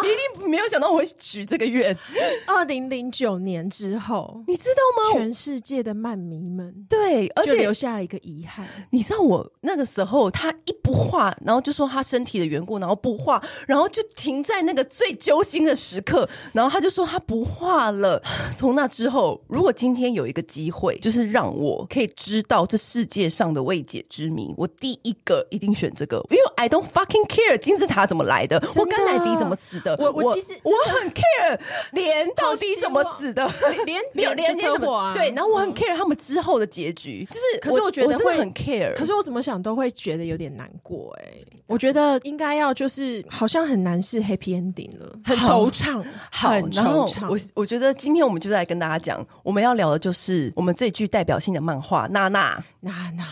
你一定没有想到我会许这个愿， 二零零九年之后，你知道吗？全世界的漫迷们对，而就且留下了一个遗憾。你知道我那个时候，他一不画，然后就说他身体的缘故，然后不画，然后就停在那个最揪心的时刻，然后他就说他不画 了。从那之后，如果今天有一个机会，就是让我可以知道这世界上的未解之谜，我第一个一定选这个，因为 I don't fucking care 金字塔怎么来的，我甘乃迪怎么死的，啊我我其实我很 care 连到底怎么死的，连没有连就怎车祸么啊，对，然后我很 care 他们之后的结局，就是可是我觉得真的会很 care，可是我怎么想都会觉得有点难过哎、我觉得应该要就是好像很难是 happy ending 了，很好惆怅，好，很然后惆怅。我我觉得今天我们就来跟大家讲，我们要聊的就是我们最具代表性的漫画《娜娜》。娜娜，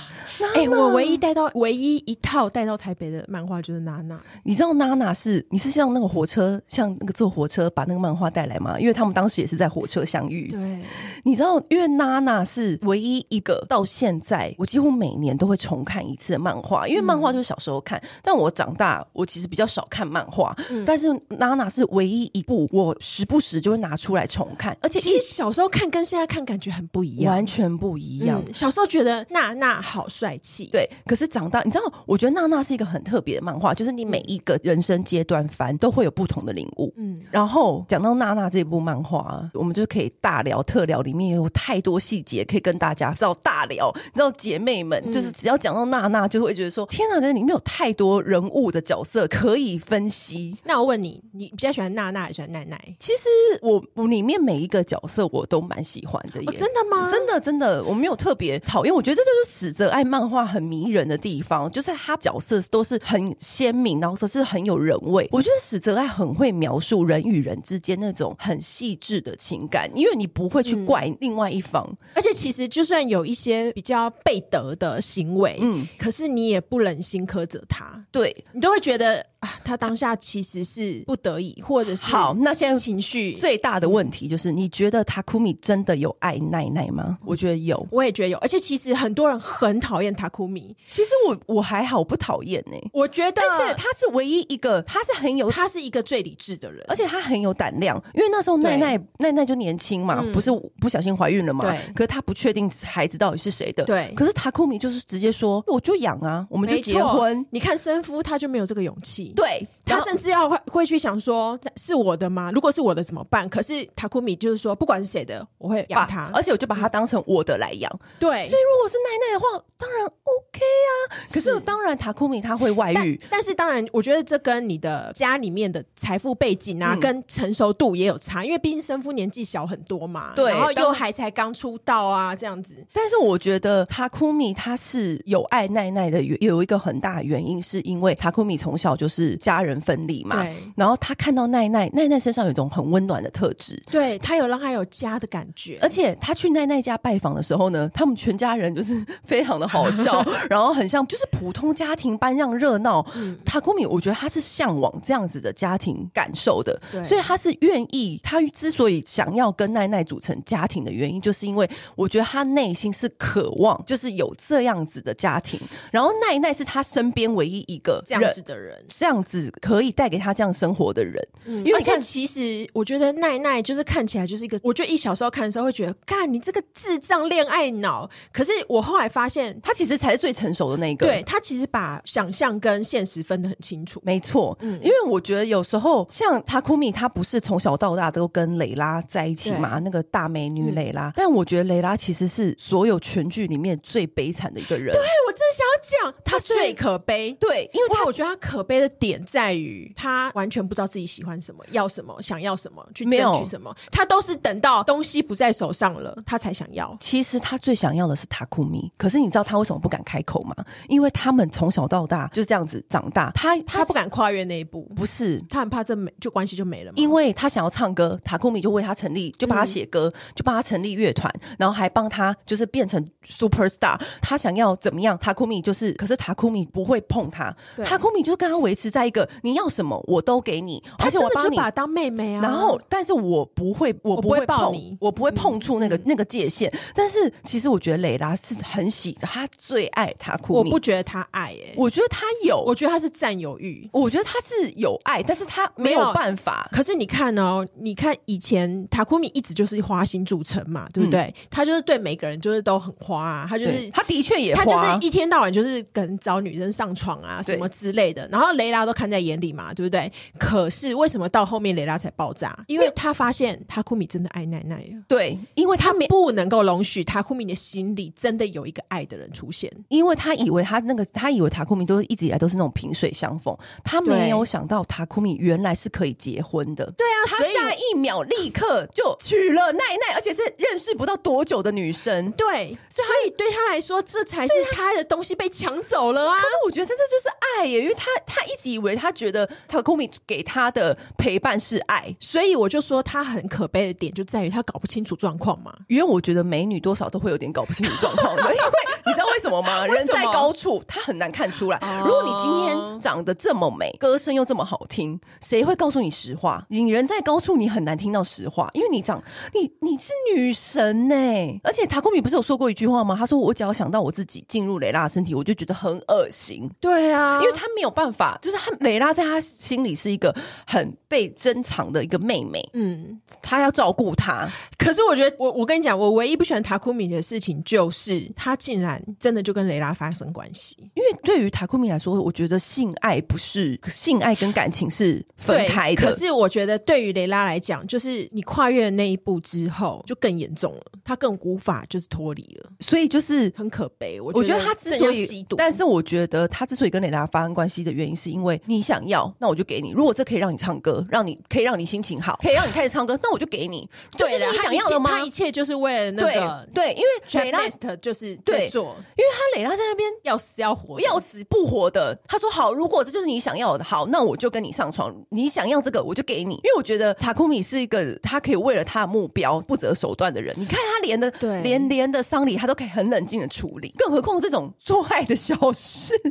哎、我唯一带到唯一一套带到台北的漫画就是娜娜，你知道娜娜是你是像那个火车，像那个坐火车把那个漫画带来吗？因为他们当时也是在火车相遇。对，你知道，因为娜娜是唯一一个到现在我几乎每年都会重看一次的漫画，因为漫画嗯就是小时候看，但我长大我其实比较少看漫画，嗯但是娜娜是唯一一部我时不时就会拿出来重看，而且其实小时候看跟现在看感觉很不一一样。完全不一样。嗯，小时候觉得娜娜好帅气，对，可是长大，你知道，我觉得娜娜是一个很特别的漫画，就是你每一个人生阶段翻都会有不同的领悟。嗯嗯，然后讲到娜娜这部漫画啊，我们就可以大聊特聊，里面有太多细节可以跟大家知道大聊。你知道姐妹们，嗯就是只要讲到娜娜，就会觉得说，天哪，这里面有太多人物的角色可以分析。那我问你，你比较喜欢娜娜还是喜欢奈奈？其实我我里面每一个角色我都蛮喜欢的耶，哦，真的吗？真的真的，我没有特别讨厌，我觉得这就是史泽爱漫画很迷人的地方，就是他角色都是很鲜明，然后都是很有人味。我觉得史泽爱很会描述人与人之间那种很细致的情感，因为你不会去怪另外一方。而且其实就算有一些比较背德的行为，嗯嗯，可是你也不忍心苛责他，对，你都会觉得啊，他当下其实是不得已，或者是好，那现在情绪。最大的问题就是，你觉得塔库米真的有爱奈奈吗？我觉得有。我也觉得有，而且其实很多人很讨厌塔库米，其实我我还好，我不讨厌呢。我觉得而且他是唯一一个，他是很有他是一个最理智的人，而且她很有胆量，因为那时候奈奈奈奈就年轻嘛，不是不小心怀孕了嘛嗯对，可是她不确定孩子到底是谁的，对可是塔库米就是直接说，我就养啊，我我们就结婚，。你看生夫他就没有这个勇气，对，他然后甚至要会会去想说是我的吗？如果是我的怎么办？可是塔库米就是说，不管是谁的，我会把养他。而且我就把它当成我的来养，呃对所，以如果是奈奈的话，当然 OK 啊。可是是当然塔库米他会外但遇，但是当然，我觉得这跟你的家里面的财富背景啊，嗯跟成熟度也有差，因为毕竟生夫年纪小很多嘛，对然后当又还才刚出道啊，这样子。但是我觉得塔库米他是有爱奈奈的原，有一个很大的原因，是因为塔库米从小就是家人分离嘛对，然后他看到奈奈，奈奈身上有一种很温暖的特质，对他有让他有家的感觉，而且他去奈奈家拜访的时候呢，他们全家人就是非常的好 笑，然后很像就是普通家庭般让热闹。嗯塔库米，我觉得他是向往这样子的家庭感受的，对所以他是愿意，他之所以想要跟奈奈组成家庭的原因，就是因为我觉得他内心是渴望，就是有这样子的家庭。然后奈奈是他身边唯一一个这样子。的人。嗯这样子可以带给他这样生活的人，因为而你且看其实我觉得奈奈就是看起来就是一个，我觉得一小时候看的时候会觉得，干你这个智障恋爱脑。可是我后来发现，他其实才是最成熟的那一个，对他其实把想象跟现实分得很清楚。没错，嗯因为我觉得有时候像塔库米，他不是从小到大都跟蕾拉在一起嘛，那个大美女嗯蕾拉。但我觉得蕾拉其实是所有全剧里面最悲惨的一个人。哎，我真的想要这样，他最可悲。对，因为因为他我觉得他可悲的点在于，他完全不知道自己喜欢什么、要什么、想要什么、去没有争取什么，他都是等到东西不在手上了，他才想要。其实他最想要的是塔库米，可是你知道他为什么不敢开口吗？因为他们从小到大就这样子长大，他他不，敢跨越那一步，不是他很怕这没就关系就没了嘛。因为他想要唱歌，塔库米就为他成立，就帮他嗯写歌，就帮他成立乐团，然后还帮他就是变成 super star。他想要怎么样，塔库米就是，可是塔库米不会碰他，对塔库米就跟他维持在一个你要什么我都给你，而他且真我的帮就你把。她当妹妹啊。然后，但是我不会，我不不会会抱碰你嗯我不会碰触那个、那个界限。但是其实我觉得蕾拉是很喜，她最爱塔库我米。不觉得他爱、欸，我觉得她有，我我觉得他是占有欲。我觉得她是有爱，但是她没没有有办法。可是你看哦，你看以前塔库米一直就是花心著称嘛，对不对？他就是对每个人就是都很花、啊，他就是对她的确也他花啊就是一天到晚就是跟找女生上床啊对什么之类的，然后雷拉都看在眼里嘛，对不对？可是为什么到后面雷拉才爆炸？因为他发现塔库米真的爱奈奈了。对，因为她他没，不能够容许塔库米的心里真的有一个爱的人出现，因为她以为她那个，她以为塔库米都是一直以来都是那种萍水相逢，她对没有想到塔库米原来是可以结婚的。对啊她所以下一秒立刻就娶了奈奈，而且是认识不到多久的女生。对，所以对他来说，这才是他的东西被抢走了啊可！是我觉得这就是爱耶，因为他他一直以为他觉得 Takumi 给他的陪伴是爱，所以我就说他很可悲的点就在于他搞不清楚状况嘛。因为我觉得美女多少都会有点搞不清楚状 况的，因为你知道为什么吗？为什么哦人在高处，他很难看出来。如果你今天长得这么美，歌声又这么好听，谁会告诉你实话？你人在高处，你很难听到实话，因为你长你你是女神呢、而且塔库米不是有说过一句话吗？他说：“我只要想到我自己进入蕾拉的身体，我就觉得很恶心。”对啊因为他没有办法，就是他蕾拉在他心里是一个很被珍藏的一个妹妹，嗯，他要照顾她。可是我觉得，我我跟你讲，我唯一不喜欢塔库米的事情就是，他竟然真的就跟雷拉发生关系，因为对于塔库米来说，我觉得性爱不是性爱跟感情是分开对的。可是我觉得，对于雷拉来讲，就是你跨越了那一步之后，就更严重了，他更无法就是脱离了，所以就是很可悲。我我觉觉得他之正所要以吸毒，，但是我觉得他之所以跟蕾拉发生关系的原因，是因为你想要，那我就给你。如果这可以让你唱歌，让你可以让你心情好，可以让你开始唱歌，那我就给你。这对就是了，你他想一要切的吗？他一切就是为了那个对对，因为 t 蕾 r 拉， a 因 t 就是在对做为他蕾拉在那边要死要活不的，要死不活的。他说好，如果这就是你想要的，好，那我就跟你上床。你想要这个，我就给你。因为我觉得塔库米是一个他可以为了他的目标不择手段的人。你看他连的对连连的丧礼，他都可以很冷静的处理，更何况这种做爱的小事， 就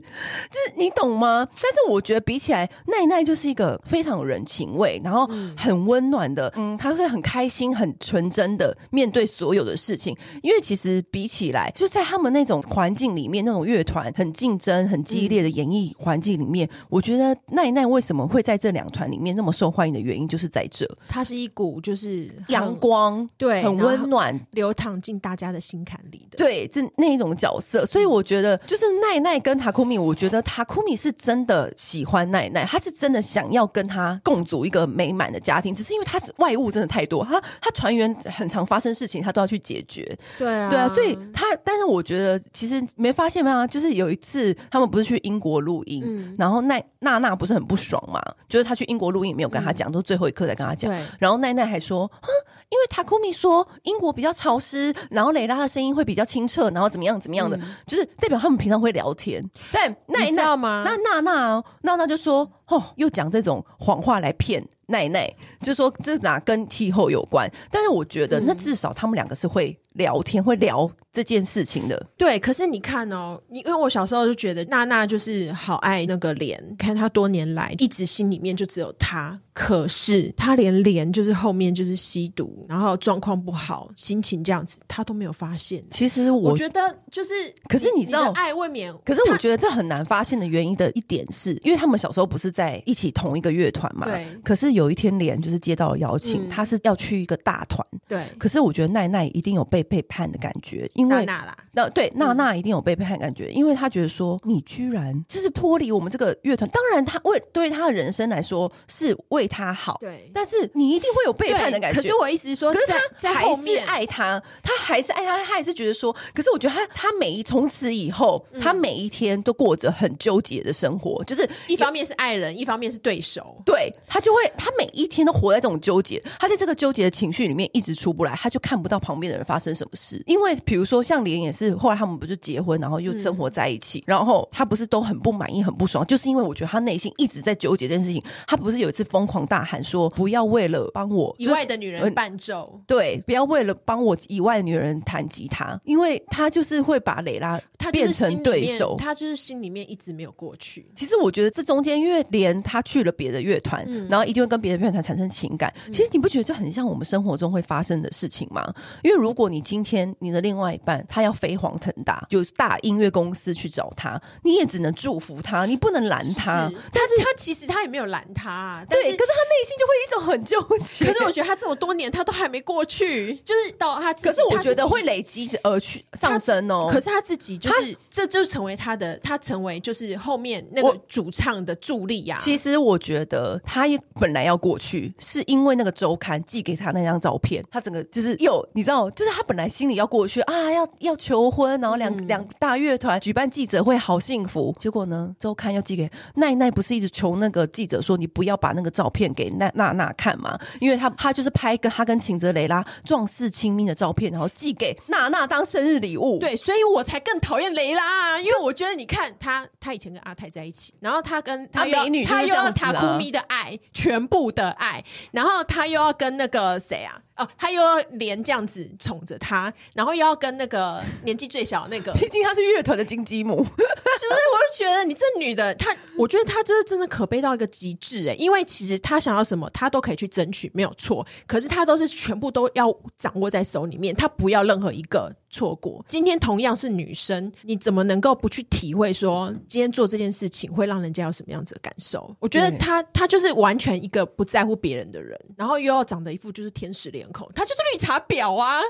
是你懂吗？但是我觉得比起来，奈奈就是一个非常有人情味，然后嗯很温暖的，嗯，他会很开心、很纯真的面对所有的事情。因为其实比起来，就在他们那种环境里面，那种乐团很竞争、很激烈的演艺环境里面，我觉得奈奈为什么会在这两团里面那么受欢迎的原因，就是在这他是一股就是阳很光。嗯对很温。然后暖，流淌进大家的心坎里的，嗯对，这那一种角色，所以我觉得就是奈奈跟塔库米，我觉得塔库米是真的喜欢奈奈，他是真的想要跟他共组一个美满的家庭，只是因为他是外务真的太多，他他船员很常发生事情，他都要去解决，对啊对啊，所以他，但是我觉得其实没发现吗？就是有一次他们不是去英国录音，嗯然后奈娜娜不是很不爽嘛，就是他去英国录音没有跟嗯他讲，都最后一刻才跟他讲，对然后奈奈还说，哼，因为塔库米说英国比较潮湿，然后蕾拉的声音会比较清澈，然后怎么样怎么样的，就是代表他们平常会聊天。但奈嗯你知奈道吗那娜娜哦娜娜就说，哦，又讲这种谎话来骗奈奈，就说这哪跟气候有关？但是我觉得，嗯那至少他们两个是会聊天，会聊这件事情的。对，可是你看哦，你因为我小时候就觉得娜娜就是好爱那个莲，看她多年来一直心里面就只有她，可是她连莲就是后面就是吸毒，然后状况不好，心情这样子，她都没有发现。其实我我觉得就是，可是你你知道你的爱未免，可是我觉得这很难发现的原因的一点是，因为他们小时候不是在一起同一个乐团嘛？对可是是有一天莲就是接到了邀请，嗯她是要去一个大团，对，可是我觉得奈奈一定有被背叛的感觉，因娜为娜啦，那对娜娜一定有背叛的感觉，因为她觉得说你居然就是脱离我们这个乐团，当然她为对她的人生来说是为她好，对但是你一定会有背叛的感觉。可是我意思是说，可是在他在还后是面，爱他，他还是爱他，他还是觉得说，可是我觉得他他每一从此以后，他每一天都过着很纠结的生活，就是一方面是爱人，一方面是对手。对他就会他每一天都活在这种纠结，他在这个纠结的情绪里面一直出不来，他就看不到旁边的人发生什么事。因为比如说像莲也是，后来他们不是结婚，然后又生活在一嗯起，然后他不是都很不满意、很不爽，就是因为我觉得他内心一直在纠结这件事情。他不是有一次疯狂大喊说：“不要为了帮我以外的女呃人伴奏，对，不要为了帮我以外的女人弹吉他，因为他就是会把蕾拉她就变是心成里面对手。她就是心里面一直没有过去。其实我觉得这中间，因为连他去了别的乐团，嗯然后一定会跟别的乐团产生情感。其实你不觉得这很像我们生活中会发生的事情吗？因为如果你今天你的另外一半他要飞黄腾达，有大音乐公司去找他，你也只能祝福他，你不能拦他。是但是她其实她也没有拦他啊，但对，可是是他内心就会一种很纠结。可是我觉得她这么多年她都还没过去，就是到她自 己。可是我她自觉得己会累积而去上升哦。可是他自己就是，这就成为他的，他成为就是后面那个我主唱的助力呀、啊。其实我觉得他也本来要过去，是因为那个周刊寄给他那张照片，他整个就是有你知道，就是他本来心里要过去啊，要要求婚，然后两、嗯两大乐团举办记者会，好幸福。结果呢，周刊又寄给奈奈，不是一直求那个记者说你不要把那个照片给娜娜娜看吗？因为他他就是拍跟他跟秦泽雷拉壮士亲密的照片，然后寄给娜娜当生日礼物。。对，所以我才更讨厌雷拉啊，因为我觉得你看他，他以前跟阿泰在一起，然后他跟啊他又要美女就是他又这要样子啊塔库咪的爱，全部的爱，然后他又要跟那个谁啊，哦，他又要连这样子宠着他，然后又要跟那个年纪最小那个，毕竟他是乐团的金鸡母，就是我就觉得你这女的，她我觉得她就是真的可悲到一个极致哎、因为其实她想要什么，她都可以去争取，没有错。可是她都是全部都要掌握在手里面，她不要任何一个错过。今天同样是女生，你怎么能够不去体会说今天做这件事情会让人家有什么样子的感受？我觉得对她她就是完全一个不在乎别人的人，然后又要长得一副就是天使脸孔，她就是绿茶婊啊！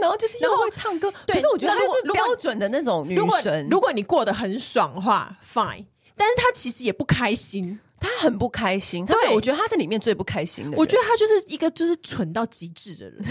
然后就是然又后会唱歌，对可是我觉得那她如果是如果标准的那种女如果神。如果你过得很爽的话，fine。但是她其实也不开心，他很不开心，他是对我觉得他是里面最不开心的人。我觉得他就是一个就是蠢到极致的 人，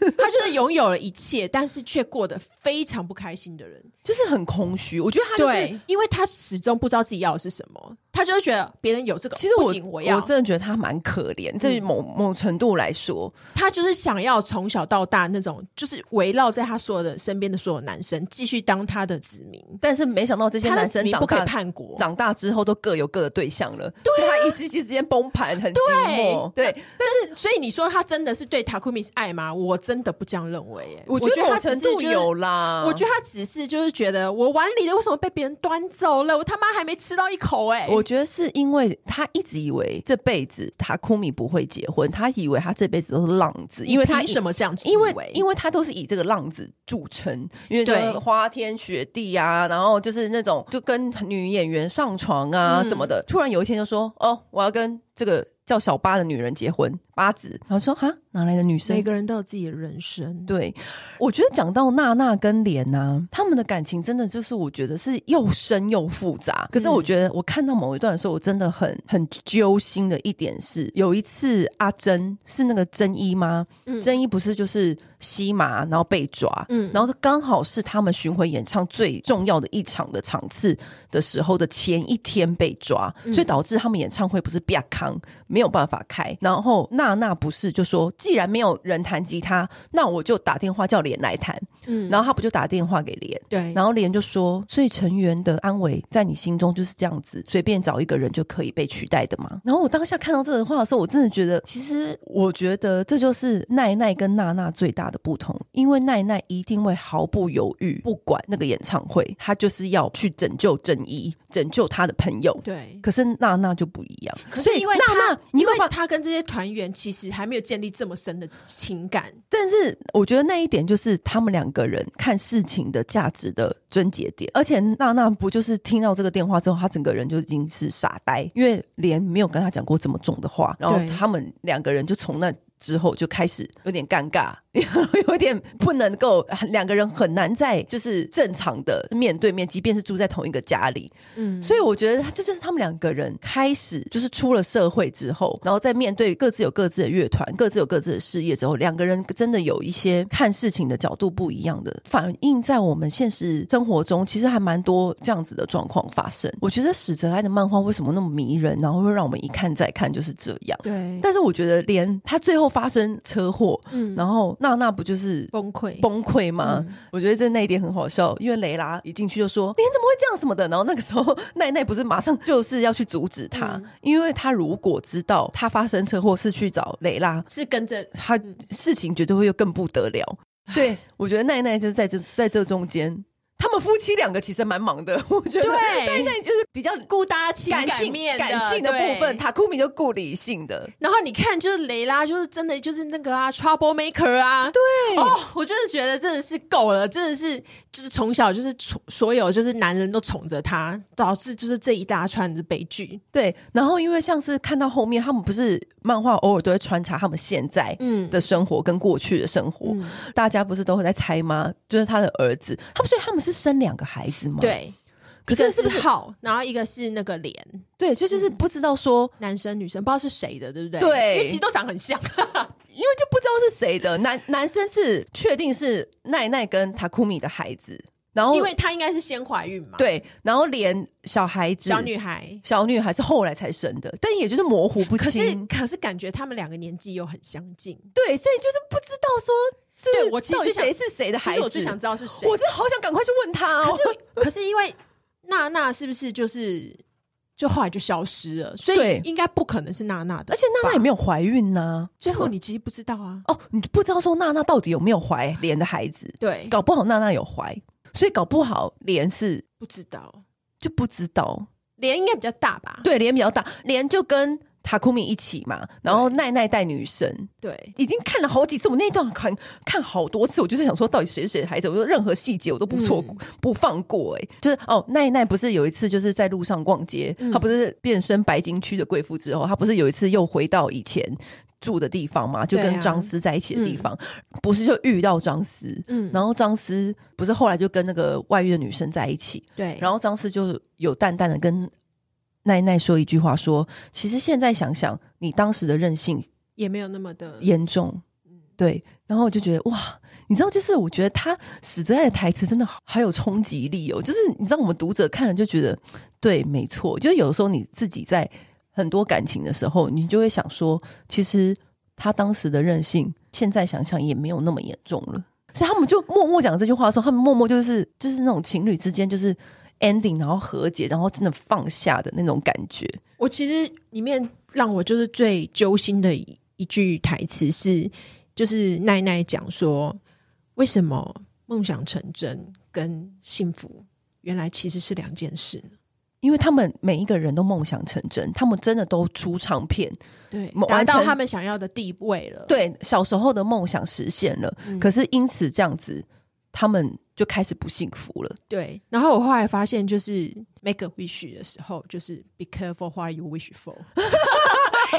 他就是拥有了一切，但是却过得非常不开心的人。就是很空虚。我觉得他就是，，因为他始终不知道自己要的是什么，他就是觉得别人有这个，其实不行我我要嗯真的觉得他蛮可怜。这某某程度来说，他就是想要从小到大那种，就是围绕在他所有的身边的所有男生，继续当他的子民。但是没想到这些他的男子生民长不可大以叛国，长大之后都各有各的对象了，啊所以他一时之间崩盘，很寂寞。对，但是所以你说他真的是对 Takumi 是爱吗？我真的不这样认为、耶我觉得他某只程是度就是有啦。我觉得他只是就是觉得我碗里的为什么被别人端走了，我他妈还没吃到一口哎、我觉得是因为他一直以为这辈子塔库米不会结婚，他以为他这辈子都是浪子，因为他凭什么这样子以？因为因为为他都是以这个浪子著称，因为就对是花天雪地啊，然后就是那种就跟女演员上床啊什么的。突然有一天就说：“哦，我要跟这个叫小八的女人结婚，八子。”然后说：“哈，哪来的女生每个人都有自己的人？”生，对，我觉得讲到娜娜跟莲呐、他们的感情真的就是我觉得是又深又复杂。可是我觉得我看到某一段的时候，我真的很很揪心的一点是，有一次阿珍是那个珍一吗？珍一不是就是吸麻然后被抓，嗯嗯，然后刚好是他们巡回演唱最重要的一场的场次的时候的前一天被抓，所以导致他们演唱会不是比康没有办法开。然后娜娜不是就说，既然没有人弹吉他，那我就打电话叫莲来弹。嗯，嗯然后他不就打电话给莲，对，然后莲就说，所以成员的安危在你心中就是这样子，随便找一个人就可以被取代的嘛。然后我当下看到这个话的时候，我真的觉得，其实我觉得这就是奈奈跟娜娜最大的不同，因为奈奈一定会毫不犹豫，不管那个演唱会，她就是要去拯救正一，拯救她的朋友。对。可是娜娜就不一样，可所是以因为娜他娜，，你因有没为有发他跟这些团员其实还没有建立这么深的情感。但是我觉得那一点就是他们两个人看事情的价值的症结点。而且娜娜不就是听到这个电话之后，她整个人就已经是傻呆，因为连没有跟她讲过这么重的话。然后对他们两个人就从那之后就开始有点尴尬，有点不能够，两个人很难在就是正常的面对面，即便是住在同一个家里，嗯，所以我觉得他这就是他们两个人开始就是出了社会之后，然后在面对各自有各自的乐团、各自有各自的事业之后，两个人真的有一些看事情的角度不一样的，反映在我们现实生活中，其实还蛮多这样子的状况发生。我觉得史泽爱的漫画为什么那么迷人，然后会让我们一看再看，就是这样。对，但是我觉得，连他最后发生车祸，嗯然后娜娜不就是崩溃，崩溃吗？嗯我觉得在那一点很好笑，因为雷拉一进去就说：“你怎么会这样什么的？”然后那个时候 奈奈不是马上就是要去阻止他，嗯因为他如果知道他发生车祸是去找雷拉，是跟着他事情绝对会又更不得了。所 以我觉得奈奈就是在这在这中间，他们夫妻两个其实蛮忙的。我觉得对奈奈就是比较顾搭情感性面的感性的对部分，塔库米就顾理性的。然后你看，就是雷拉，就是真的就是那个啊，trouble maker 啊，对哦，我真的觉得真的是够了，真的是就是从小就是宠所有就是男人都宠着她，导致就是这一大串的悲剧。对，然后因为像是看到后面，他们不是漫画偶尔都会穿插他们现在嗯的生活跟过去的生活，嗯大家不是都会在猜吗？就是他的儿子，他们所以他们是生两个孩子吗？，对，可一是个是嗯是不是好，然后一个是那个脸，对？就就是不知道说，男生女生不知道是谁的，对不对？对因为其实都长很像。因为就不知道是谁的男男生是确定是奈奈跟塔库米的孩子，然后因为她应该是先怀孕嘛，，哦对，然后连小孩子小女孩。小女孩是后来才生的，但也就是模糊不可是清，可是感觉他们两个年纪又很相近。对，所以就是不知道说，就是对我其实到底最想谁是谁的其孩实子，我最想知道是谁。我真的好想赶快去问他哦。 可是可是因为娜娜是不是就是就后来就消失了，所以对应该不可能是娜娜的。而且娜娜也没有怀孕呐、最后你其实不知道啊，哦，你不知道说娜娜到底有没有怀莲的孩子，对，搞不好娜娜有怀，所以搞不好莲是不知道。就不知道。脸应该比较大吧？对，莲比较大，莲就跟塔库米一起嘛，然后奈奈带女生。对已经看了好几次，我那一段看看好多次，我就是想说，到底谁是谁的孩子？我说任何细节我都不嗯错过、不放过、欸。就是哦，奈奈不是有一次就是在路上逛街，嗯她不是变身白金区的贵妇之后，她不是有一次又回到以前住的地方嘛，就对啊跟张思在一起的地方，不是就遇到张思，嗯然后张思不是后来就跟那个外遇的女生在一起，对，然后张思就有淡淡的跟奈奈说一句话说，其实现在想想，你当时的任性也没有那么的严重，对。然后我就觉得哇，你知道，就是我觉得他史哲爱的台词真的好好有冲击力哦，就是你知道我们读者看了就觉得对，没错，就有时候你自己在很多感情的时候，你就会想说，其实他当时的任性，现在想想也没有那么严重了。所以他们就默默讲这句话的时候，他们默默就是就是那种情侣之间就是 ending，然后和解，然后真的放下的那种感觉。我其实里面让我就是最揪心的一一句台词是，就是奈奈讲说，为什么梦想成真跟幸福原来其实是两件事呢？因为他们每一个人都梦想成真，他们真的都出唱片，对某，达完成到他们想要的地位了。对小时候的梦想实现了，嗯可是因此这样子，他们就开始不幸福了。对，然后我后来发现，就是 make a wish 的时候，就是 be careful what you wish for，就是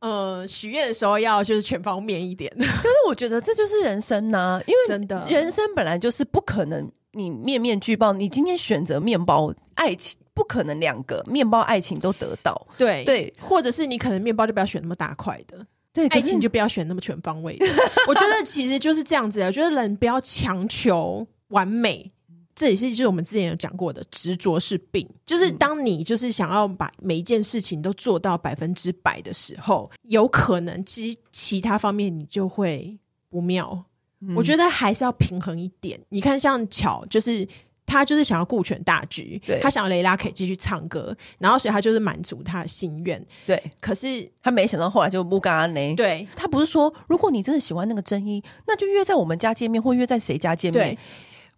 呃，许愿的时候要就是全方面一点。可是我觉得这就是人生呐、因为真的人生本来就是不可能你面面俱到，你今天选择面包爱情。不可能两个面包爱情都得到， 对对，或者是你可能面包就不要选那么大块的，对， 可爱是情就不要选那么全方位的。 我觉得其实就是这样子的，啊我觉得人不要强求完美。这也是就是我们之前有讲过的，执着是病。就是当你就是想要把每一件事情都做到百分之百的时候，有可能其其他方面你就会不妙。嗯我觉得还是要平衡一点。你看，像巧就是。他就是想要顾全大局对，他想要雷拉可以继续唱歌，然后所以他就是满足他的心愿。对可是，他没想到后来就不干呢。对，他不是说，如果你真的喜欢那个真一，那就约在我们家见面，或约在谁家见面对。，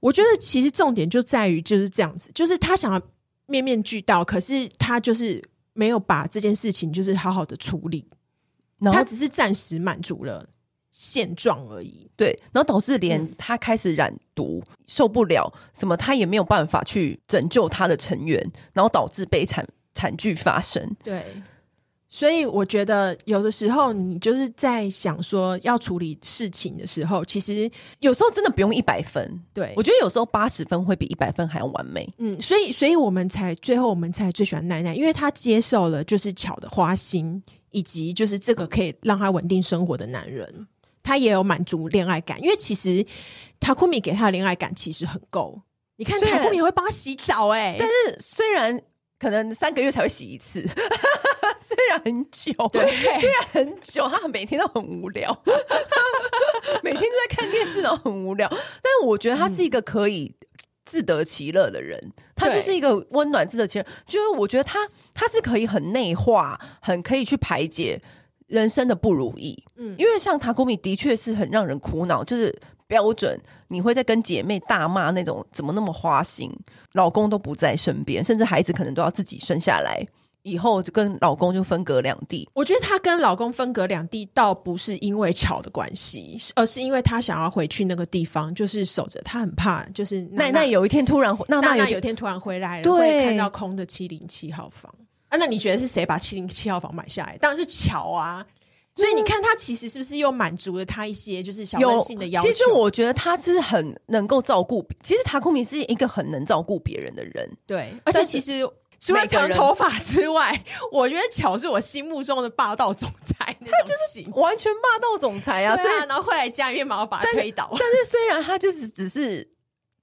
我觉得其实重点就在于就是这样子，就是他想要面面俱到，可是他就是没有把这件事情就是好好的处理。然后他只是暂时满足了现状而已。对，然后导致嗯连他开始染毒，受不了，什么他也没有办法去拯救他的成员，然后导致悲惨惨剧发生。对，所以我觉得有的时候你就是在想说要处理事情的时候，其实有时候真的不用一百分，对我觉得有时候八十分会比一百分还要完美。嗯，所以所以我们才最后我们才最喜欢奈奈，因为她接受了就是巧的花心，以及就是这个可以让她稳定生活的男人，她也有满足恋爱感，因为其实塔库米给她的恋爱感其实很够。你看虽然塔库米会帮她洗澡、哎，但是但是虽然可能三个月才会洗一次， 虽然很久，对 虽然很久，他每天都很无聊， 每天都在看电视，然后很无聊。但我觉得他嗯是一个可以自得其乐的人，他对就是一个温暖自得其乐。就是我觉得他他是可以很内化，很可以去排解人生的不如意。嗯因为像塔古米的确是很让人苦恼，就是标准，你会在跟姐妹大骂那种怎么那么花心，老公都不在身边，甚至孩子可能都要自己生下来，以后就跟老公就分隔两地。我觉得她跟老公分隔两地，倒不是因为巧的关系，是而是因为她想要回去那个地方，就是守着她很怕，就是奈奈有一天突然，娜娜娜有娜一有天一天突然回来了，对会看到空的七零七号房啊？那你觉得是谁把七零七号房买下来？当然是乔啊！所以你看，他其实是不是又满足了他一些就是小任性的要求？其实我觉得他是很能够照顾，其实塔库米是一个很能照顾别人的人。对，而但且是其实除了每个长人头发之外，我觉得乔是我心目中的霸道总裁那种 型。完全霸道总裁啊！对所以啊，然后后来家里面马上把他推倒。但是虽然他就是只是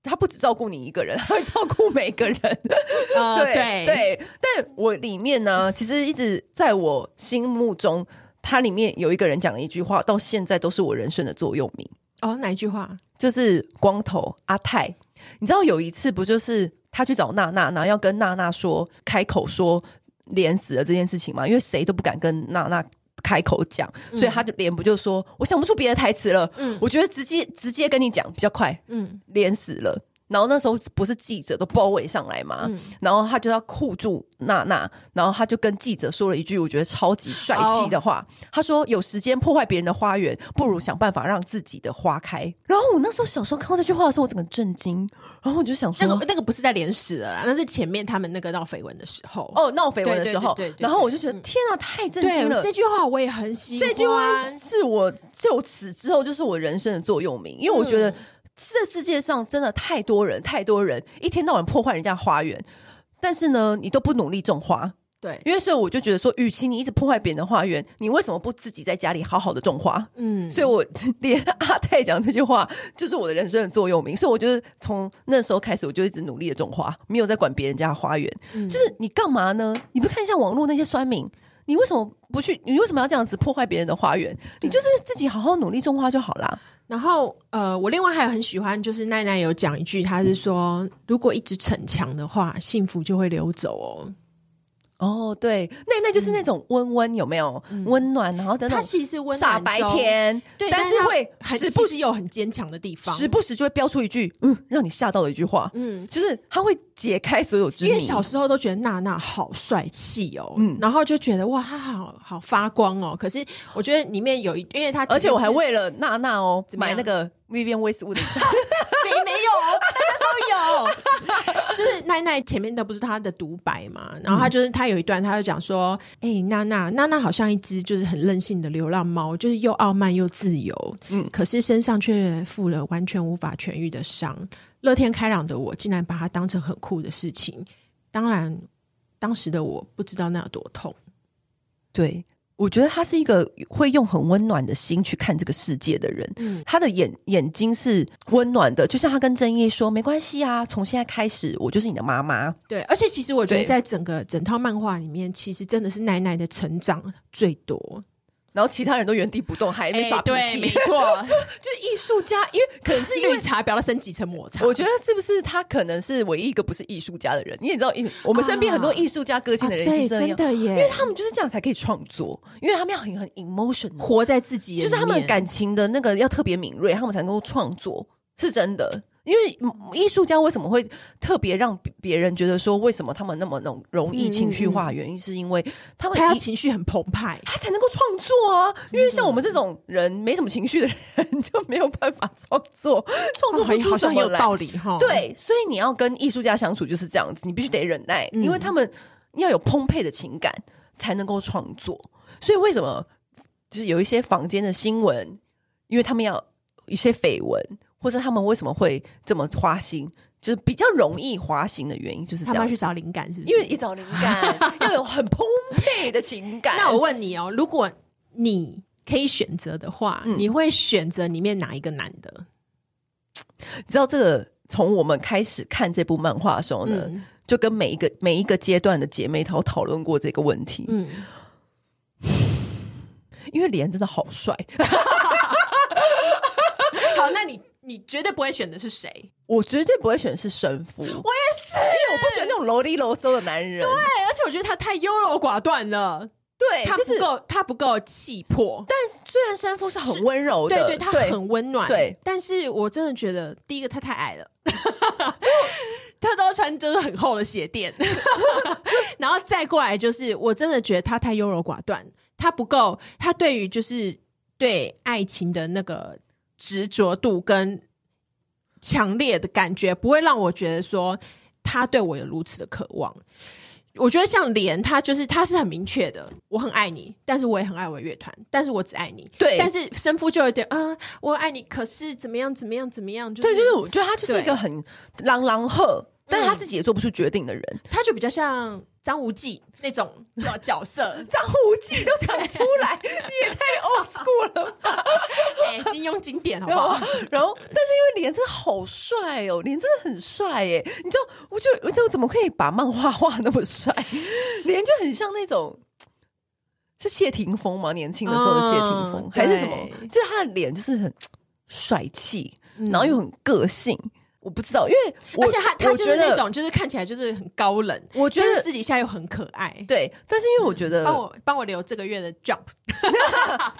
他不只照顾你一个人，他会照顾每个人。 呃对 对，对，但我里面呢，其实一直在我心目中，它里面有一个人讲了一句话，到现在都是我人生的座右铭，哦，哪一句话？就是光头阿泰。你知道有一次不就是他去找娜娜，然后要跟娜娜说开口说脸死了这件事情嘛？因为谁都不敢跟娜娜。开口讲，所以他就脸不就说、我想不出别的台词了。嗯我觉得直接直接跟你讲比较快。嗯脸死了。然后那时候不是记者都包围上来嘛，嗯然后他就要护住娜娜，然后他就跟记者说了一句我觉得超级帅气的哦话，他说：“有时间破坏别人的花园，不如想办法让自己的花开。”然后我那时候小时候看到这句话的时候，我整个震惊，然后我就想说，那个那个不是在连史了啦，那是前面他们那个闹绯闻的时候。哦，闹绯闻的时候对对对对，对嗯然后我就觉得天啊，太震对惊了，，这句话我也很喜欢。这句话是我就此之后就是我人生的座右铭，因为我觉得嗯这世界上真的太多人，太多人一天到晚破坏人家花园，但是呢，你都不努力种花。对，因为所以我就觉得说，与其你一直破坏别人的花园，你为什么不自己在家里好好的种花？嗯，所以我连阿泰讲这句话就是我的人生的座右铭。所以我就是从那时候开始，我就一直努力的种花，没有在管别人家的花园。嗯就是你干嘛呢？你不看一下网络那些酸民，你为什么不去？你为什么要这样子破坏别人的花园？你就是自己好好努力种花就好啦。然后呃，我另外还有很喜欢，就是奈奈有讲一句，她是说，如果一直逞强的话，幸福就会溜走哦。哦，对，那那就是那种温温有没有温暖，然后等等她其实是温傻暖中嗯白，甜，对，但但是她会很时其不实有很坚强的地方。时不时就会飙出一句嗯让你吓到的一句话，嗯，就是他会解开所有之因为谜。小时候都觉得娜娜好帅气哦，嗯然后就觉得哇，她好好发光哦。可是我觉得里面有一，因为她而且我还问为了娜娜哦怎么买样那个 Vivian Westwood 的衫，谁没有？大家都有。 就是奈奈前面的不是她的独白嘛，然后她就是她有一段，她就讲说：“哎、娜娜，娜娜好像一只就是很任性的流浪猫，就是又傲慢又自由，嗯嗯，可是身上却负了完全无法痊愈的伤。乐天开朗的我，竟然把它当成很酷的事情。当然，当时的我不知道那有多痛。 对，我觉得他是一个会用很温暖的心去看这个世界的人。嗯他的眼眼睛是温暖的，就像他跟曾毅说：“没关系啊，从现在开始，我就是你的妈妈。对，而且其实我觉得对在整个整套漫画里面，其实真的是奈奈的成长最多。”哎然后其他人都原地不动，哎还没耍脾对，气。没错，就是艺术家，因为可能是因为绿茶不要升级成抹茶。我觉得是不是他可能是唯一一个不是艺术家的人？你也知道，艺我们身边很多艺术家个啊性的人啊对，是这真样，的因为耶，他们就是这样才可以创作，因为他们要很很 emotional，活在自己，就是他们感。情的那个要特别敏锐，他们才能够创作，是真的。因为嗯艺术家为什么会特别让别别人觉得说为什么他们那么容容易情绪化？原因是因为他们嗯他要一情绪很澎湃，他才能够创作啊，因为像我们这种人没什么情绪的人 就没有办法创作，创作不哦好出什像也么有来。道理哈。，对，所以你要跟艺术家相处就是这样子，你必须得忍耐，嗯因为他们要有丰沛的情感才能够创作。所以为什么就是有一些房间的新闻，因为他们要一些绯闻，或者他们为什么会这么花心，就是比较容易花心的原因就是他这们要样去。找灵感，是不是？因为一找灵 感，要有很丰沛的情感。那我问你哦，如果你可以选择的话，嗯你会选择里面哪一个男的？你知道这个从我们开始看这部漫画的时候呢，嗯就跟每一个每一个阶段的姐妹淘讨论过这个问题，嗯，因为莲真的好帅，好，那你你绝对不会选的是谁？我绝对不会选是神父，我也是，因为我不喜欢那种啰里啰嗦的男人，对，哎而且我觉得他太优柔寡断了，对他就不是够，他不够气魄。虽然神父是很温柔对的，对，他很温暖。对，但是我真的觉得，第一个他太矮了，他都穿就是很厚的鞋垫， 然后再过来就是，我真的觉得他太优柔寡断，他不够，他对于就是对爱情的那个执着度跟强烈的感觉，不会让我觉得说他对我有如此的渴望。我觉得像莲，他就是他是很明确的，我很爱你，但是我也很爱我的乐团，但是我只爱你。对但是生父就有点，嗯，我爱你，可是怎么样，怎么样，怎么样，就是对，嗯就是我觉得他就是对一个很朗朗赫。但是他自己也做不出决定的人，他就比较像张无忌那种角 ，角色张无忌都讲出来， 你也太 old school 了吧？哎、金庸经典好不然后好？，啊 然后，但是因为莲真的好帅哦，莲真的很帅耶！你知道，我就我就怎么可以把漫画画那么帅？ 莲就很像那种是谢霆锋吗？年轻的时候的谢霆锋、嗯还是什么对？就是他的脸就是很帅气，嗯然后又很个性。我不知道，因为我而且他他我就觉是那得，种，就是看起来就是很高冷，我觉但是哦得私底下又很可爱。对，但是因为我觉得，帮我帮我留这个月的 jump，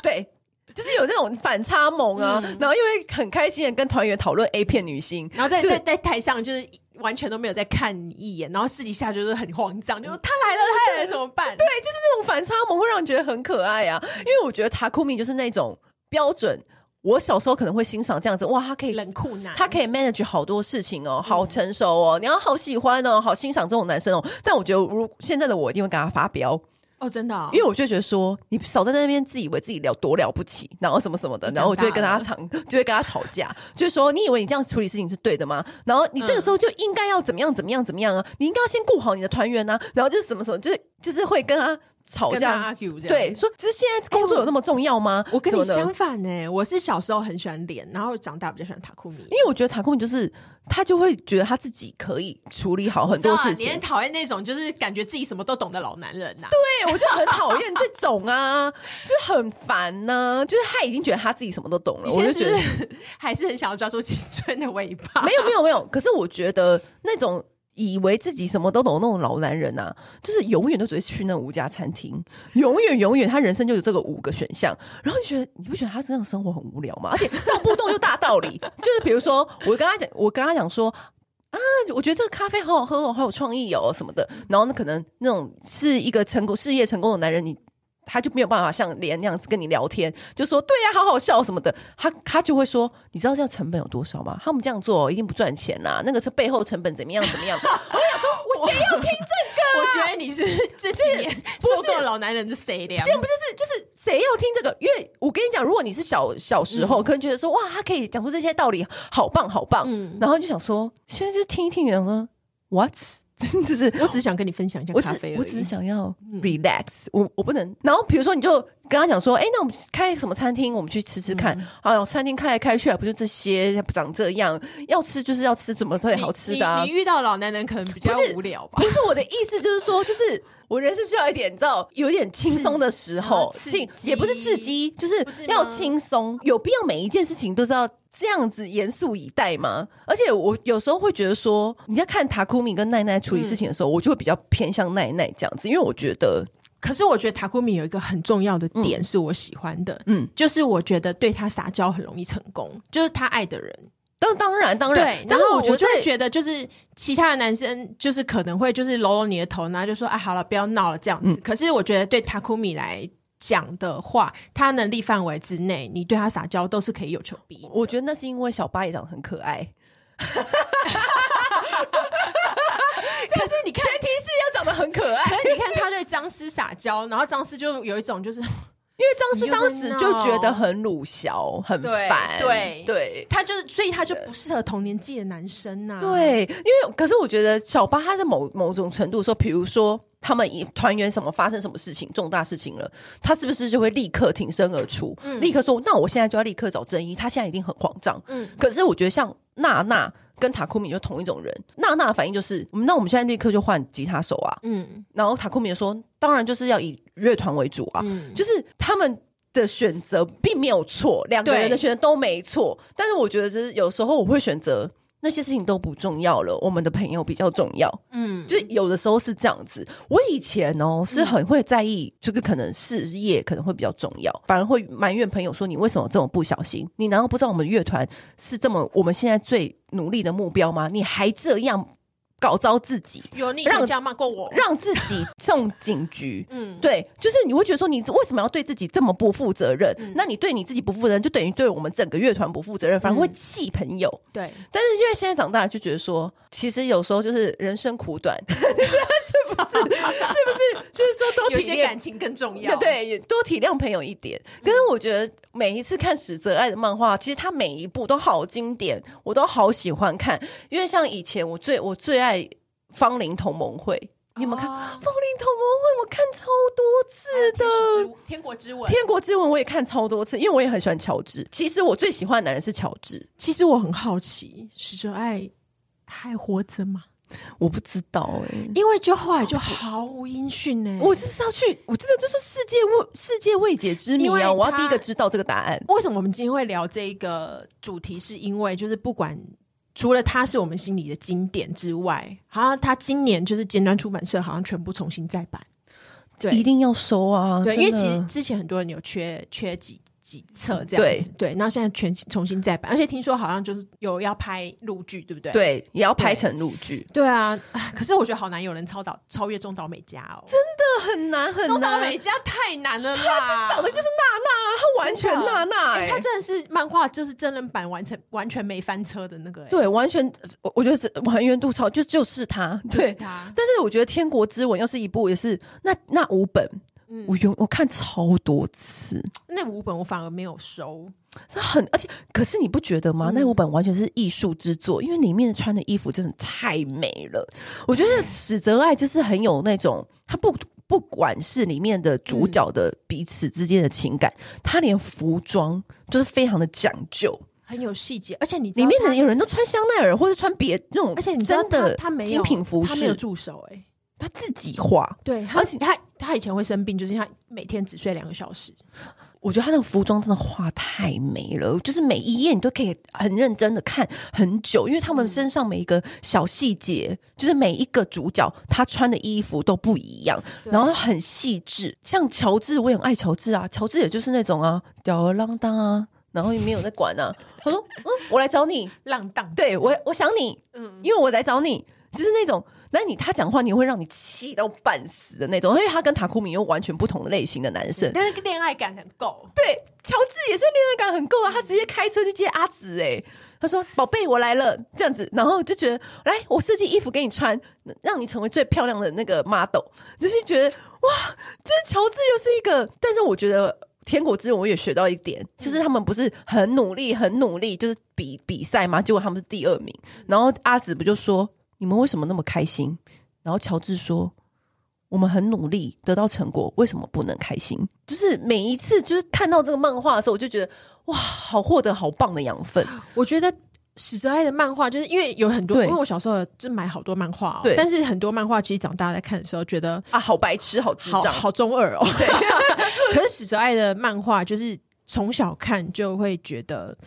对，就是有那种反差萌啊，嗯然后因为很开心的跟团员讨论 A 片女星，然后在就是在在台上就是完全都没有在看你一眼，然后私底下就是很慌张，就说他来了，他来了怎么办？对，嗯对，就是那种反差萌会让你觉得很可爱啊。因为我觉得 Takumi 就是那种标准，我小时候可能会欣赏这样子，哇，他可以。冷酷男，他可以 manage 好多事情嗯哦，好成熟哦，你要好喜欢哦，好欣赏这种男生哦。但我觉得，如现在的我一定会给他发飙，哦，真的、哦，因为我就觉得说，你少在那边自以为自己了多了不起，然后什么什么的，你然后我就长会跟他大了吵，就会跟他吵架，就是说，你以为你这样处理事情是对的吗？然后你这个时候就应该要怎么样怎么样怎么样啊？你应该要先顾好你的团员啊，然后就是什么什么，就是就是会跟他吵跟架，他 argue 这样哎对，说其实现在工作有那么重要吗？我跟你什么的相反呢、我是小时候很喜欢脸，然后长大比较喜欢塔库米。因为我觉得塔控就是他就会觉得他自己可以处理好很多事你情很，讨厌那种就是感觉自己什么都懂的老男人呐、对我就很讨厌这种啊， 就是很烦呐、就是他已经觉得他自己什么都懂了，以我就前觉是得不是 还是很想要抓住青春的尾巴？没有没有没有，可是我觉得那种。以为自己什么都懂的那种老男人啊，就是永远都只会去那五家餐厅，永远永远他人生就有这个五个选项，然后你觉得你不觉得他这样生活很无聊吗？而且动不动就大道理， 就是比如说我跟他讲，我跟他讲说啊，我觉得这个咖啡好好喝哦，好有创意哦什么的，然后那可能那种是一个成功事业成功的男人，你他就没有办法像连那样子跟你聊天，就说对呀、好好笑什么的。他他就会说，你知道这样成本有多少吗？他们这样做、一定不赚钱啦、那个是背后成本怎么样怎么样。 我想说，我谁要听这个？我觉得你是这几年受够老男人的谁凉。这不就是就是谁要听这个？因为我跟你讲，如果你是小小时候，可能觉得说哇，他可以讲出这些道理，好棒好棒，嗯然后就想说，现在就听一听，想说 what，就是我只是想跟你分享一下我咖啡只而已。嗯我只是想要 relax，、我我不能。然后比如说，你就跟他讲说，哎、那我们开什么餐厅，我们去吃吃看。嗯哎呦，餐厅开来开去，还不就这些，不长这样。要吃就是要吃怎么最你好吃的、啊你。你遇到老男人可能比较不是无聊吧不？是我的意思，就是说，就是我人是需要一点，你知道，有一点轻松的时候， 刺轻激也不是刺激，就是不是吗要轻松。有必要每一件事情都是要这样子严肃以待吗？而且我有时候会觉得说，你在看塔库米跟奈奈处理事情的时候，我就会比较偏向奈奈这样子，因为我觉得可是我觉得塔库米有一个很重要的点是我喜欢的，嗯就是我觉得对他撒娇很容易成功，就是他爱的人。当当然当然对，，但是然后我我就觉得会觉得就是其他的男生就是可能会就是揉揉你的头，然后就说啊好了，不要闹了这样子。可是我觉得对 Takumi 来讲的话，他能力范围之内，你对他撒娇都是可以有求必应。我觉得那是因为小巴也长得很可 爱， 可是你看，前提是要长得很可爱可。是哎你看他对张思撒娇，然后张思就有一种就是因为张思当时就觉得很鲁小，很对烦，对对他就是，所以他就不适合同年纪的男生呐、，对，因为可是我觉得小巴他在某某种程度说，比如说他们一团员什么发生什么事情重大事情了，他是不是就会立刻挺身而出，立刻说那我现在就要立刻找正义，他现在一定很慌张。嗯可是我觉得像娜娜跟塔库米就同一种人，娜娜的反应就是，嗯那我们现在立刻就换吉他手啊，嗯然后塔库米就说，当然就是要以乐团为主啊，嗯，就是他们的选择并没有错，两个对人的选择都没错。但是我觉得，就是有时候我会选择那些事情都不重要了，我们的朋友比较重要。嗯就是有的时候是这样子。我以前哦是很会在意，这个可能事业可能会比较重要，反而会埋怨朋友说你为什么这么不小心？你难道不知道我们乐团是这么我们现在最努力的目标吗？你还这样搞糟自己，有你以前让这样骂过我，让自己送警局。嗯，对，就是你会觉得说，你为什么要对自己这么不负责任？那你对你自己不负责任，就等于对我们整个乐团不负责任，反而会嗯气朋友。对，但是因为现在长大，就觉得说，其实有时候就是人生苦短， 是不 是？是不是？就是说多有体些谅感，情更重要对。对，也多体谅朋友一点。可是我觉得每一次看史泽爱的漫画，其实他每一部都好经典，我都好喜欢看。因为像以前我最我最爱《芳龄同盟会》，你们看《哦芳龄同盟会》，我看超多次的。天国之吻《天国之吻》我也看超多次，因为我也很喜欢乔治。其实我最喜欢的男人是乔治，其实我很好奇，史哲爱还活着吗？我不知道哎、因为就后来就毫无音讯欸呢、我是不是要去？我真的就是世界未世界未解之谜因为啊！他我要第一个知道这个答案。为什么我们今天会聊这一个主题？是因为就是不管除了它是我们心里的经典之外，好像它今年就是尖端出版社好像全部重新再版。对，一定要收啊！对，因为真其的实之前很多人有缺缺几几册这样子，对，那现在全重新再版，而且听说好像就是有要拍陆剧，对不对？。对也要拍成陆剧，对啊，唉可是我觉得好难有人超导超越中岛美嘉哦，这 很难很中岛难。美嘉太难了啦！长得就是娜娜，她完全娜娜啊哎、哎、她真的是漫画就是真人版完成完全没翻车的那个、哎，对，完全，我我觉得是还原度超，就就是她，对。她但是我觉得《天国之吻》要是一部，也是那那五本，嗯我有我看超多次，那五本我反而没有收，这很，而且可是你不觉得吗？那嗯五本完全是艺术之作，因为里面穿的衣服真的太美了。我觉得史泽爱就是很有那种，他不不管是里面的主嗯角的彼此之间的情感，他连服装就是非常的讲究。很有细节，而且你里知道面的她有人都穿香奈儿或者穿别那种，而且你知道真的她她没有精品服她没有饰，助手哎、他自己画。对，她而且她她以前会生病，就是因为她每天只睡两个小时，我觉得他那个服装真的画太美了，就是每一页你都可以很认真的看很久，因为他们身上每一个小细节，就是每一个主角他穿的衣服都不一样，对啊然后很细致。像乔治，我也很爱乔治啊，乔治也就是那种啊吊儿郎当啊，然后也没有在管啊。他说：“嗯，我来找你，浪荡，对我我想你，嗯，因为我来找你，就是那种。”那你他讲话，你会让你气到半死的那种，因为他跟塔库米又完全不同的类型的男生。但是恋爱感很够，对，乔治也是恋爱感很够啊，他直接开车去接阿紫哎、他说：“宝贝，我来了。”这样子，然后就觉得，来，我设计衣服给你穿，让你成为最漂亮的那个 model，就是觉得哇，这乔治又是一个。但是我觉得《天国之吻》我也学到一点，就是他们不是很努力、很努力，就是比比赛嘛，结果他们是第二名。然后阿紫不就说：“你们为什么那么开心？”然后乔治说：“我们很努力得到成果，为什么不能开心？就是每一次就是看到这个漫画的时候，我就觉得哇，好获得好棒的养分。我觉得。史哲爱的漫画，就是因为有很多，对因为我小时候有就买好多漫画、哦，对但是很多漫画其实长大在看的时候，觉得啊，好白痴，好智 好障，好中二哦。 可是史哲爱的漫画，就是从小看就会觉得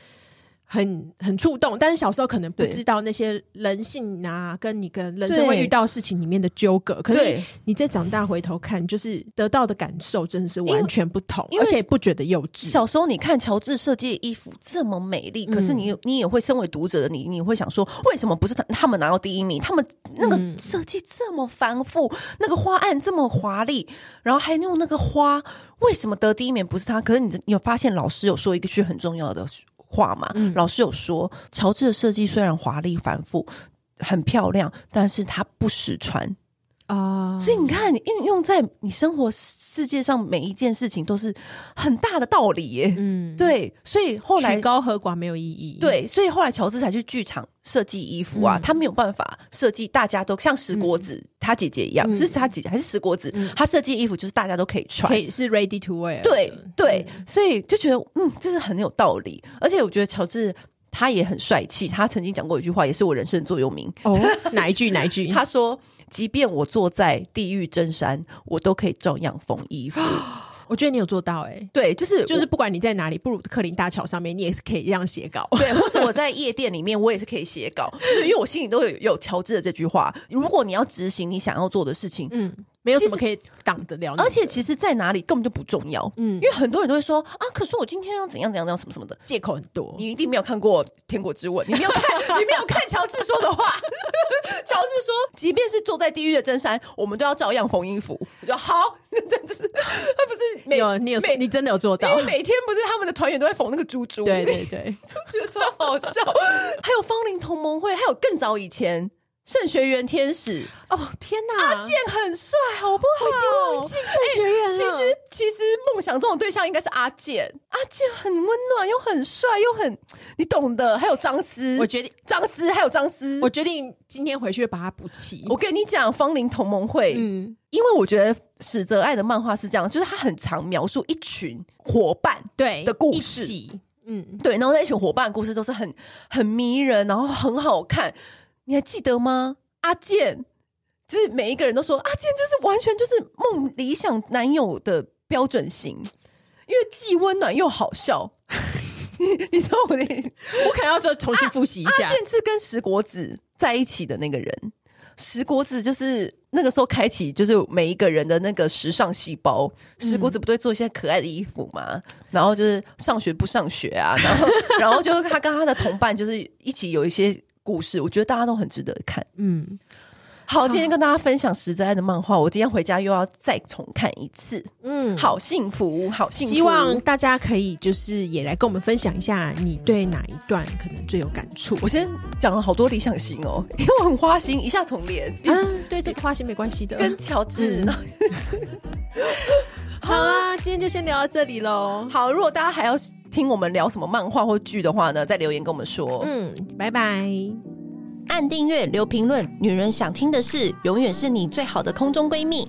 很很触动，但是小时候可能不对知道那些人性啊，跟你跟人生对会遇到事情里面的纠葛。可是对你再长大回头看，就是得到的感受真的是因完为全不同，因为而且不觉得幼稚。小时候你看乔治设计的衣服这么美丽，可是你有你也会身为读者的你，你会想说，为什么不是他他们拿到第一名？他们那个设计这么繁复，那个花案这么华丽，然后还用那个花，为什么得第一名不是他？可是你你有发现老师有说一个句很重要的话嘛？老师有说，乔治的设计虽然华丽繁复。很漂亮，但是它不实穿，啊、所以你看，应用在你生活世界上每一件事情都是很大的道理耶。嗯，对，所以后曲来高和寡没有意义。，对，所以后来乔治才去剧场设计衣服啊，嗯他没有办法设计大家都像石果子、他姐姐一样，嗯这是他姐姐还是石果子，他设计衣服就是大家都可以穿可。以嗯是 ready to wear 的。对对，所以就觉得嗯，这是很有道理，而且我觉得乔治他也很帅气，他曾经讲过一句话，也是我人生的座右铭， 哦，哪一句？哪一句？他说。即便我坐在地狱真山，我都可以照样缝衣 服。我觉得你有做到哎、对，就是就是我不管你在哪里，布鲁克林大桥上面，你也是可以这样写稿。对，或者我在夜店里面，我也是可以写稿，就是因为我心里都有有乔治的这句话。如果你要执行你想要做的事情，嗯，没有什其么实可以挡得了你的。而且其实在哪里根本就不重要，嗯因为很多人都会说啊，可是我今天要怎样怎样怎样什么什么的。借口很多。你一定没有看过《天国之 吻》，你没有看，你没有看乔治说的话。乔治说，即便是坐在地狱的真山，我们都要照样缝衣服。我说好， 这就是他不是每有，你有，每你真的有做因到为。每天不是他们的团员都会缝那个猪猪，对对对，觉得超好笑。 还有芳龄同盟会，还有更早以前圣学园天使， 哦天哪，健很帅，好不好？记圣学院其实，其实梦想中的对象应该是阿健。阿健很温暖，又很帅，又很你懂的。还有张思，我决定，张思还有张思。我决定今天回去把它补齐。我跟你讲，芳龄同盟会，嗯，因为我觉得史泽爱的漫画是这样，就是他很常描述一群伙伴，对的故一事起嗯，对，然后那一群伙伴的故事都是很很迷人，然后很好看。你还记得吗？阿健，就是每一个人都说阿健就是完全就是梦理想男友的标准型，因为既温暖又好笑。 你你知道我的意思我可能要再重新复习一下啊阿。健是跟石国子在一起的那个人，石国子就是那个时候开启，就是每一个人的那个时尚细胞。嗯石国子不对做一些可爱的衣服嘛，然后就是上学不上学啊，然后 然后就是他跟他的同伴就是一起有一些故事，我觉得大家都很值得看。嗯，好，今天跟大家分享实在的漫画，我今天回家又要再重看一次，嗯，好幸福，好幸福，希望大家可以就是也来跟我们分享一下，你对哪一段可能最有感触。我先讲了好多理想型哦，因为我很花心，一下重连。啊，对这个花心没关系的。嗯跟乔治，嗯然后好啊，今天就先聊到这里喽。好，如果大家还要听我们聊什么漫画或剧的话呢，再留言跟我们说。嗯，拜拜。按订阅，留评论，女人想听的事，永远是你最好的空中闺蜜。